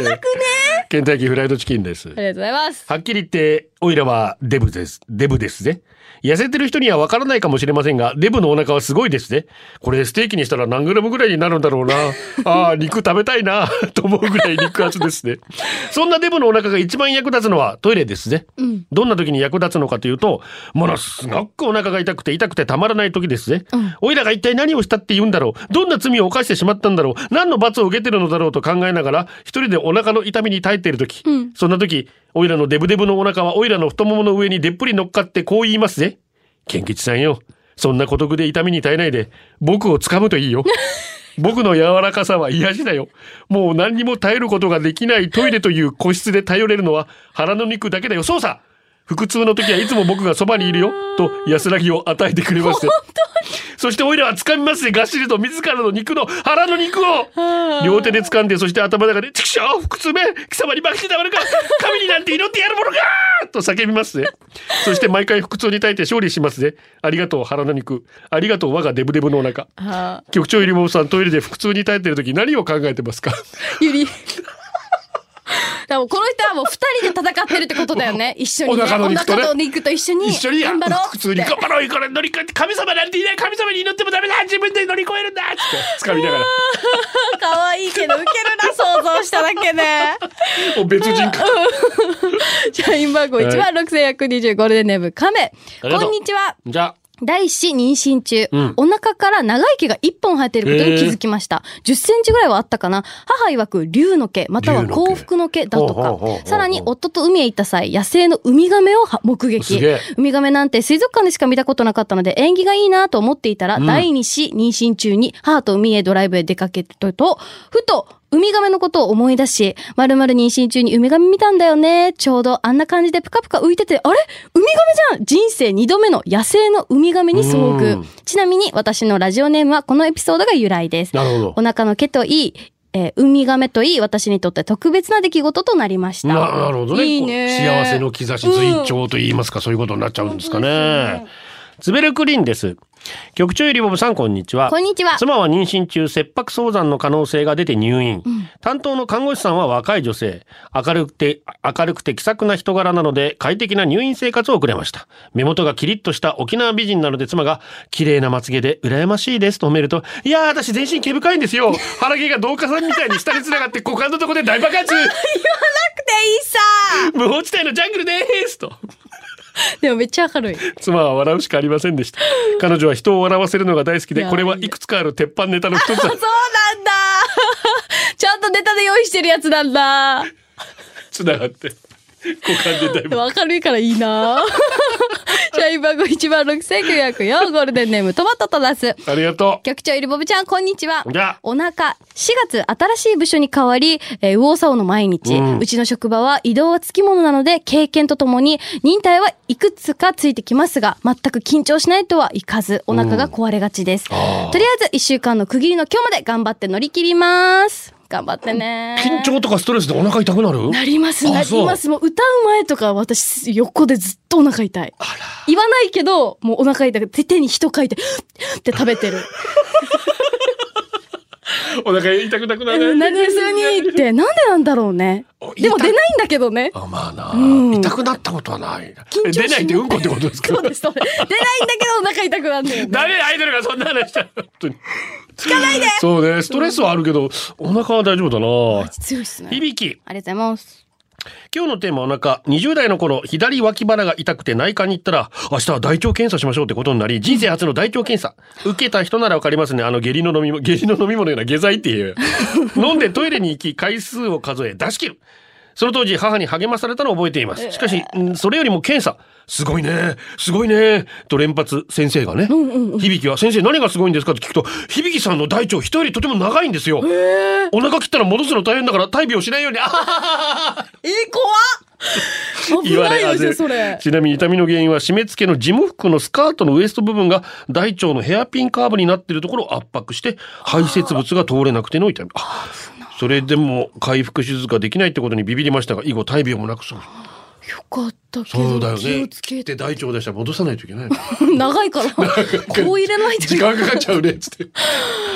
A: ケンタッキーフライドチキンです。
B: ありがとうございます。
A: はっきり言って、オイラはデブです。デブですね。痩せてる人にはわからないかもしれませんが、デブのお腹はすごいですね。これステーキにしたら何グラムぐらいになるんだろうな。ああ、肉食べたいな、 と思うぐらい肉厚ですね。そんなデブのお腹が一番役立つのはトイレですね。どんな時に役立つのかというと、ものすごくお腹が痛くて痛くてたまらない時ですね。オイラが一体何をしたって言うんだろう。どんな罪を犯してしまったんだろう。何の罰を受けてるのだろうと考えながら、一人でお腹の痛みに耐えている時、そんな時、オイラのデブデブのお腹はオイラの太ももの上にでっぷり乗っかってこう言いますね。ケンキチさんよ。そんな孤独で痛みに耐えないで、僕を掴むといいよ。僕の柔らかさは癒しだよ。もう何にも耐えることができないトイレという個室で頼れるのは腹の肉だけだよ。そうさ腹痛の時はいつも僕がそばにいるよ。と安らぎを与えてくれまして。そしてオイラは掴みますでがっしりと自らの肉の腹の肉を両手で掴んでそして頭の中で「ちくしょう腹痛め貴様に負けてたまるか神になんて祈ってやるものか!」と叫びますねそして毎回腹痛に耐えて勝利しますねありがとう腹の肉ありがとう我がデブデブのお腹局長ゆりもさんトイレで腹痛に耐えてる時何を考えてますか
B: ゆり。でもこの人はもう二人で戦ってるってことだよ ね。一緒に、ね。
A: お腹の肉とね
B: お腹肉と一緒に。
A: 一緒に
B: 頑張ろうっ
A: 普
B: つ
A: 通
B: っ
A: に
B: て。
A: 頑張ろうこれ乗り越えて神様なんていない神様に祈ってもダメだ自分で乗り越えるんだつって掴みながら
B: 可愛いけど、ウケるな、想像しただ けね。
A: もう別人格
B: 社員番号1万6120ゴールデンネームカメ。
A: ありがとう
B: こんにちは。
A: じゃあ
D: 第一子妊娠中、
A: ん
D: お腹から長い毛が1本生えていることに気づきました。10センチぐらいはあったかな。母曰く竜の毛、または
A: 竜の毛
D: 幸福の毛だと
A: ほうほうほうほうほ
D: か。
A: う
D: さらに夫と海へ行った際、野生のウミガメをは目
A: す
D: 撃
A: げえ。
D: ウミガメなんて水族館でしか見たことなかったので、縁起がいいなと思っていたら、第二子妊娠中に母と海へドライブへ出かけると、ふと、ウミガメのことを思い出し、まるまる妊娠中にウミガメ見たんだよね。ちょうどあんな感じでぷかぷか浮いてて、あれウミガメじゃん人生2度目の野生のウミガメに遭
A: うん
D: 遇。ちなみに私のラジオネームはこのエピソードが由来です。
A: なるほど
D: お腹の毛といい、えーウミガメといい、私にとって特別な出来事となりました。
A: ななるほどね
B: いいね
A: こう幸せの兆し随調と言いますか、そういうことになっちゃうんですかね。つべるクリーンです。局長ゆりぼぶさん、こんにちは。
D: こんにちは。
A: 妻は妊娠中、切迫早産の可能性が出て入院。担当の看護師さんは若い女性。明るくて、明るくて気さくな人柄なので、快適な入院生活を送れました。目元がキリッとした沖縄美人なので、妻が、綺麗なまつげで羨ましいですと褒めると、いやー、私全身毛深いんですよ。腹毛が同化さんみたいに下に繋がって、股間のとこで大爆発無法地帯のジャングルですと。
B: でもめっちゃ明るい。
A: 妻は笑うしかありませんでした。彼女は人を笑わせるのが大好きで、これはいくつかある鉄板ネタの一つだ。
B: そうなんだ ちゃんとネタで用意してるやつなんだ
A: つながって。股間でだい
B: で
A: ぶ。
B: も明るいからいいな社員番号1万6904ゴールデンネームトマトとナス
A: ありがと
B: 局長ゆりぼぶちゃんこんにちは
A: う。じゃあ、
B: お腹4月新しい部署に変わり、えー、魚沢の毎日、
A: う
B: うんちの職場は移動はつきものなので経験とともに忍耐はいくつかついてきますが全く緊張しないとはいかずお腹が壊れがちです、とりあえず1週間の区切りの今日まで頑張って乗り切ります頑張ってね
A: 緊張とかストレスでお腹痛くなる
B: なりますな
A: あそう
B: りますもう歌う前とか私横でずっとお腹痛い言わないけどもうお腹痛くて手に人書いて って食べてる
A: お腹痛くなくな
B: う
A: る
B: ん何々するにって、なんでなんだろうね。でも出ないんだけどね。
A: あ、まあな、
B: うん
A: 痛くなったことはない。
B: 緊張しな
A: 出
B: い
A: ないってうんこってことですか
B: そうです、そうです。出ないんだけどお腹痛くなるん だよね。
A: ダメアイドルがそんな話した本当に。聞かないでそうね、ストレスはあるけど、お腹は大丈夫だな
B: 強いっすね。
A: 響き。
B: ありがとうございます。
A: 今日のテーマお腹20代の頃左脇腹が痛くて内科に行ったら明日は大腸検査しましょうってことになり人生初の大腸検査受けた人ならわかりますねあの下痢の飲み物下痢の飲み物ような下剤っていう 飲んでトイレに行き回数を数え出し切るその当時母に励まされたのを覚えていますしかし、うんそれよりも検査すごいねすごいねと連発先生がね、響は先生何がすごいんですかって聞くと響さんの大腸人よりとても長いんですよ、お腹切ったら戻すの大変だから大病しないようにあはははは
B: えー、怖っ危ないですよ、それ。
A: ちなみに痛みの原因は締め付けの事務服のスカートのウエスト部分が大腸のヘアピンカーブになっているところを圧迫して排泄物が通れなくての痛みあそれでも回復手術ができないってことにビビりましたが以後大病もなくそう
B: よかったけ
A: そうだよ
B: ど、
A: ね
B: 気をつ
A: 切っ
B: けて。
A: て大腸出したら戻さないといけない
B: 長いから、こう入れないとい
A: 時
B: けない。
A: 間かかっちゃうねっつって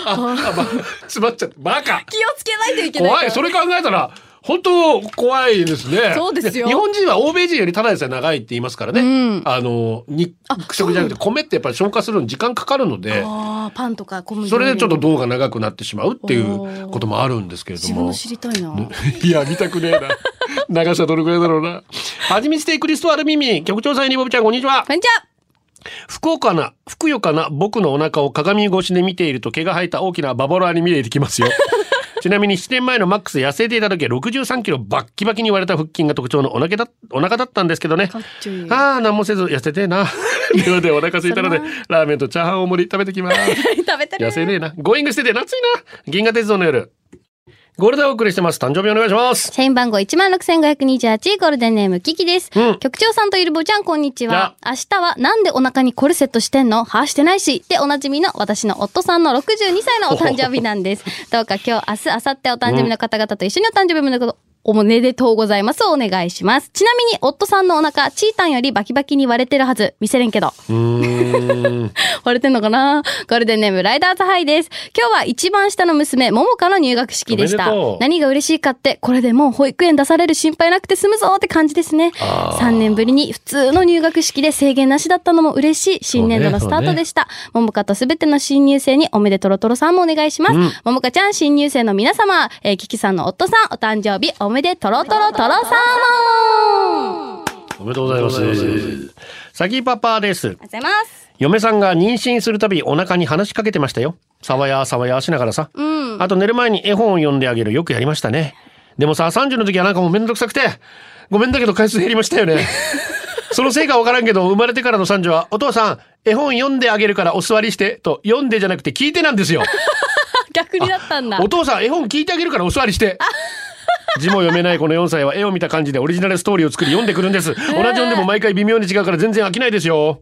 A: ああ、ま、詰まっちゃってバカ
B: 気をつけないといけないから。
A: 怖いそれ考えたら本当怖いですね
B: そうですよ
A: 日本人は欧米人よりただでさえ長いって言いますからね、
B: うん
A: あの肉食じゃなくて米ってやっぱり消化するのに時間かかるので
B: ああ、パンとか小麦。
A: それでちょっと銅が長くなってしまうっていうこともあるんですけれど
B: 自分
A: も
B: の知りたいな。
A: いや見たくねえな長さどれくらいだろうなはじみステイクリストアルミミン局長さんゆりぼぶちゃんこんにちは
B: こんにちは。
A: 福岡な、ふくよかな僕のお腹を鏡越しで見ていると毛が生えた大きなババロアに見えてきますよ。 ちなみに7年前のマックス痩せていた時は63キロバッキバキに割れた腹筋が特徴のお腹だお腹だったんですけどね。
B: かっちょいい。
A: ああ、何もせず痩せてえ な。ではではお腹空いたので、ラーメンとチャーハン大盛り食べてき ます。
B: 食べてる
A: 痩。せねえな。ゴーイングしてて夏いな。銀河鉄道の夜。ゴールデンお送りしてます。誕生日お願いします。
D: 社員番号16,528ゴールデンネームキキです。
A: うん
D: 局長さんとゆるぼちゃんこんにちは。明日はなんでお腹にコルセットしてんのはしてないし。でおなじみの私の夫さんの62歳のお誕生日なんです。どうか今日、明日、明後日お誕生日の方々と一緒にお誕生日のこと、おめでとうございます。お願いします。ちなみに、夫さんのお腹、チータンよりバキバキに割れてるはず。見せれんけど。
A: うーん。
D: 割れてんのかなゴールデンネーム、ライダーズハイです。今日は一番下の娘、ももかの入学式でし
A: お
D: た
A: めでとう。
D: 何が嬉しいかって、これでもう保育園出される心配なくて済むぞって感じですね。
A: あー
D: 3年ぶりに普通の入学式で制限なしだったのも嬉しい新年度のスタートでした。ももかとすべての新入生におめでとろとろさんもお願いします。
A: うん
D: ももかちゃん、新入生の皆様、えーキキさんの夫さん、お誕生日おめでとろとろとろさんも
A: おめでとうございます。サギパパです。
D: ありがとうございます。
A: 嫁さんが妊娠するたびお腹に話しかけてましたよ。さわやさわやしながらさ。
D: うん。
A: あと寝る前に絵本を読んであげる。よくやりましたね。でもさ、30の時はなんかもうめんどくさくて、ごめんだけど回数減りましたよ ね。そのせいかわからんけど、生まれてからの三女は、お父さん、絵本読んであげるからお座りして、と、読んでじゃなくて聞いてなんですよ。
D: 逆にだったんだ
A: お。父さん、絵本聞いてあげるからお座りして。字も読めないこの4歳は絵を見た感じでオリジナルストーリーを作り読んでくるんです。同じ読んでも毎回微妙に違うから全然飽きないですよ。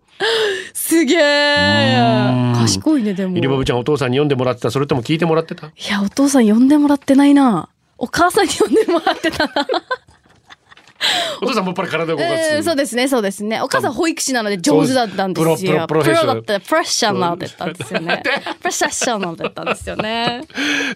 B: すげえ。賢いね、でも。
A: ゆりぼぶちゃんお父さんに読んでもらっ てたそれとも聞いてもらってた
B: いや、お父さん呼んでもらってないな。お母さんに呼んでもらってたな。
A: お父さんもっぱら体を動かす、
C: えーそうですね、そうですね。お母さん保育士なので上手だったんですよ。
A: そうですプロプロプロフェッショナル
C: だった、プロフェッショナルだったんですよね。プロフェッショナルだったんですよ ね。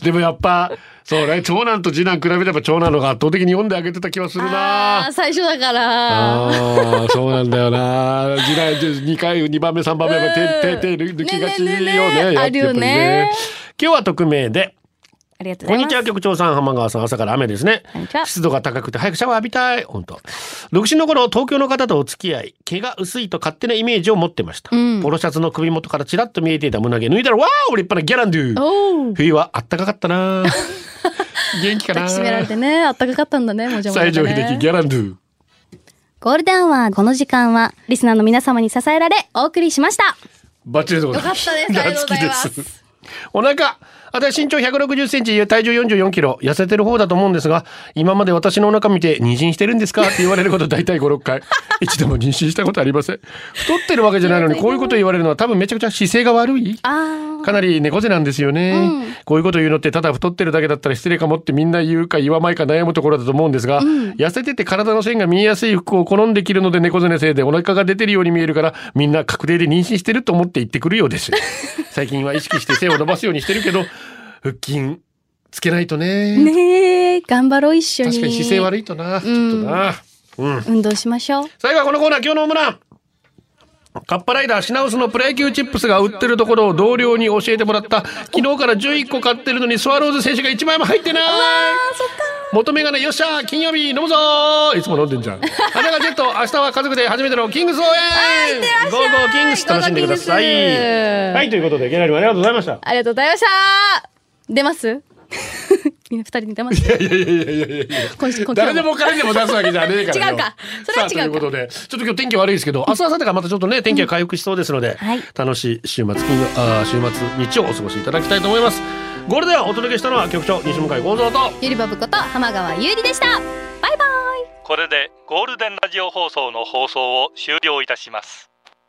A: でもやっぱそうね長男と次男比べれば長男の方が圧倒的に読んであげてた気はする
C: あ
A: な
C: あ、最初だから。
A: ああそうなんだよ な次男2回二番目三番目は手手手抜きがちよ
C: ね
A: ね
C: ねねね
A: やっぱり
C: あるよね
A: 今日は匿名で
C: ありがとう
A: こ
C: ございま
A: んにち
C: す。
A: は局長さん浜川さん朝から雨ですね
C: こんにちは
A: 湿度が高くて早くシャワー浴びたい本当独身の頃東京の方とお付き合い毛が薄いと勝手なイメージを持ってました、ポロシャツの首元からちらっと見えていた胸毛脱いだらわーお立派なギャランドゥ
C: おお。
A: 冬はあったかかったな 元気かな
C: 抱きしめられてね、あったかかったんだね、もじゃもじゃ
A: 西
C: ね
A: 城秀樹ギャランドゥ
D: ゴールデンはこの時間はリスナーの皆様に支えられお送りしました。
A: バッチリでございます
C: よかったですありがとうございます
A: 大好きですお腹私身長160センチ体重44キロ痩せてる方だと思うんですが今まで私のお腹見て妊娠してるんですかって言われること大体56回 一度も妊娠したことありません太ってるわけじゃないのにこういうこと言われるのは多分めちゃくちゃ姿勢が悪い
C: あ
A: かなり猫背なんですよね、こういうこと言うのってただ太ってるだけだったら失礼かもってみんな言うか言わないか悩むところだと思うんですが、痩せてて体の線が見えやすい服を好んで着るので猫背のせいでお腹が出てるように見えるからみんな確定で妊娠してると思って言ってくるようです 最近は意識して背を伸ばすようにしてるけど腹筋つけないとね
C: あ。ねえ、頑張ろう、一緒に。
A: 確かに姿勢悪いとな、ちょっとなうん
C: 運動しましょう。
A: 最後はこのコーナー今日のオムランカッパライダー品薄のプロ野球チップスが売ってるところを同僚に教えてもらった昨日から11個買ってるのにスワローズ選手が1枚も入ってない元メガネよっしゃ金曜日飲むぞいつも飲んでんじゃん花がジェット明日は家族で初めてのキングス応援ゴーゴーキングス楽しんでくださ
C: ゴーゴーキング
A: い
C: ス
A: はいということでゲラリもありがとうございました
C: ありがとうございました出ます みんな二人に出ますいやいやいやいや今週今週
A: 誰でも彼でも出すわけじゃねえからよ
C: 違うかそれは違うか
A: さあということでちょっと今日天気悪いですけど明日明後日がまたちょっとね天気が回復しそうですので、楽しい週末金曜あー週末日をお過ごしいただきたいと思いますゴールデンをお届けしたのは局長西向井剛三と
C: ゆりばぶこと浜川ゆうりでしたバイバイ
F: これでゴールデンラジオ放送の放送を終了いたします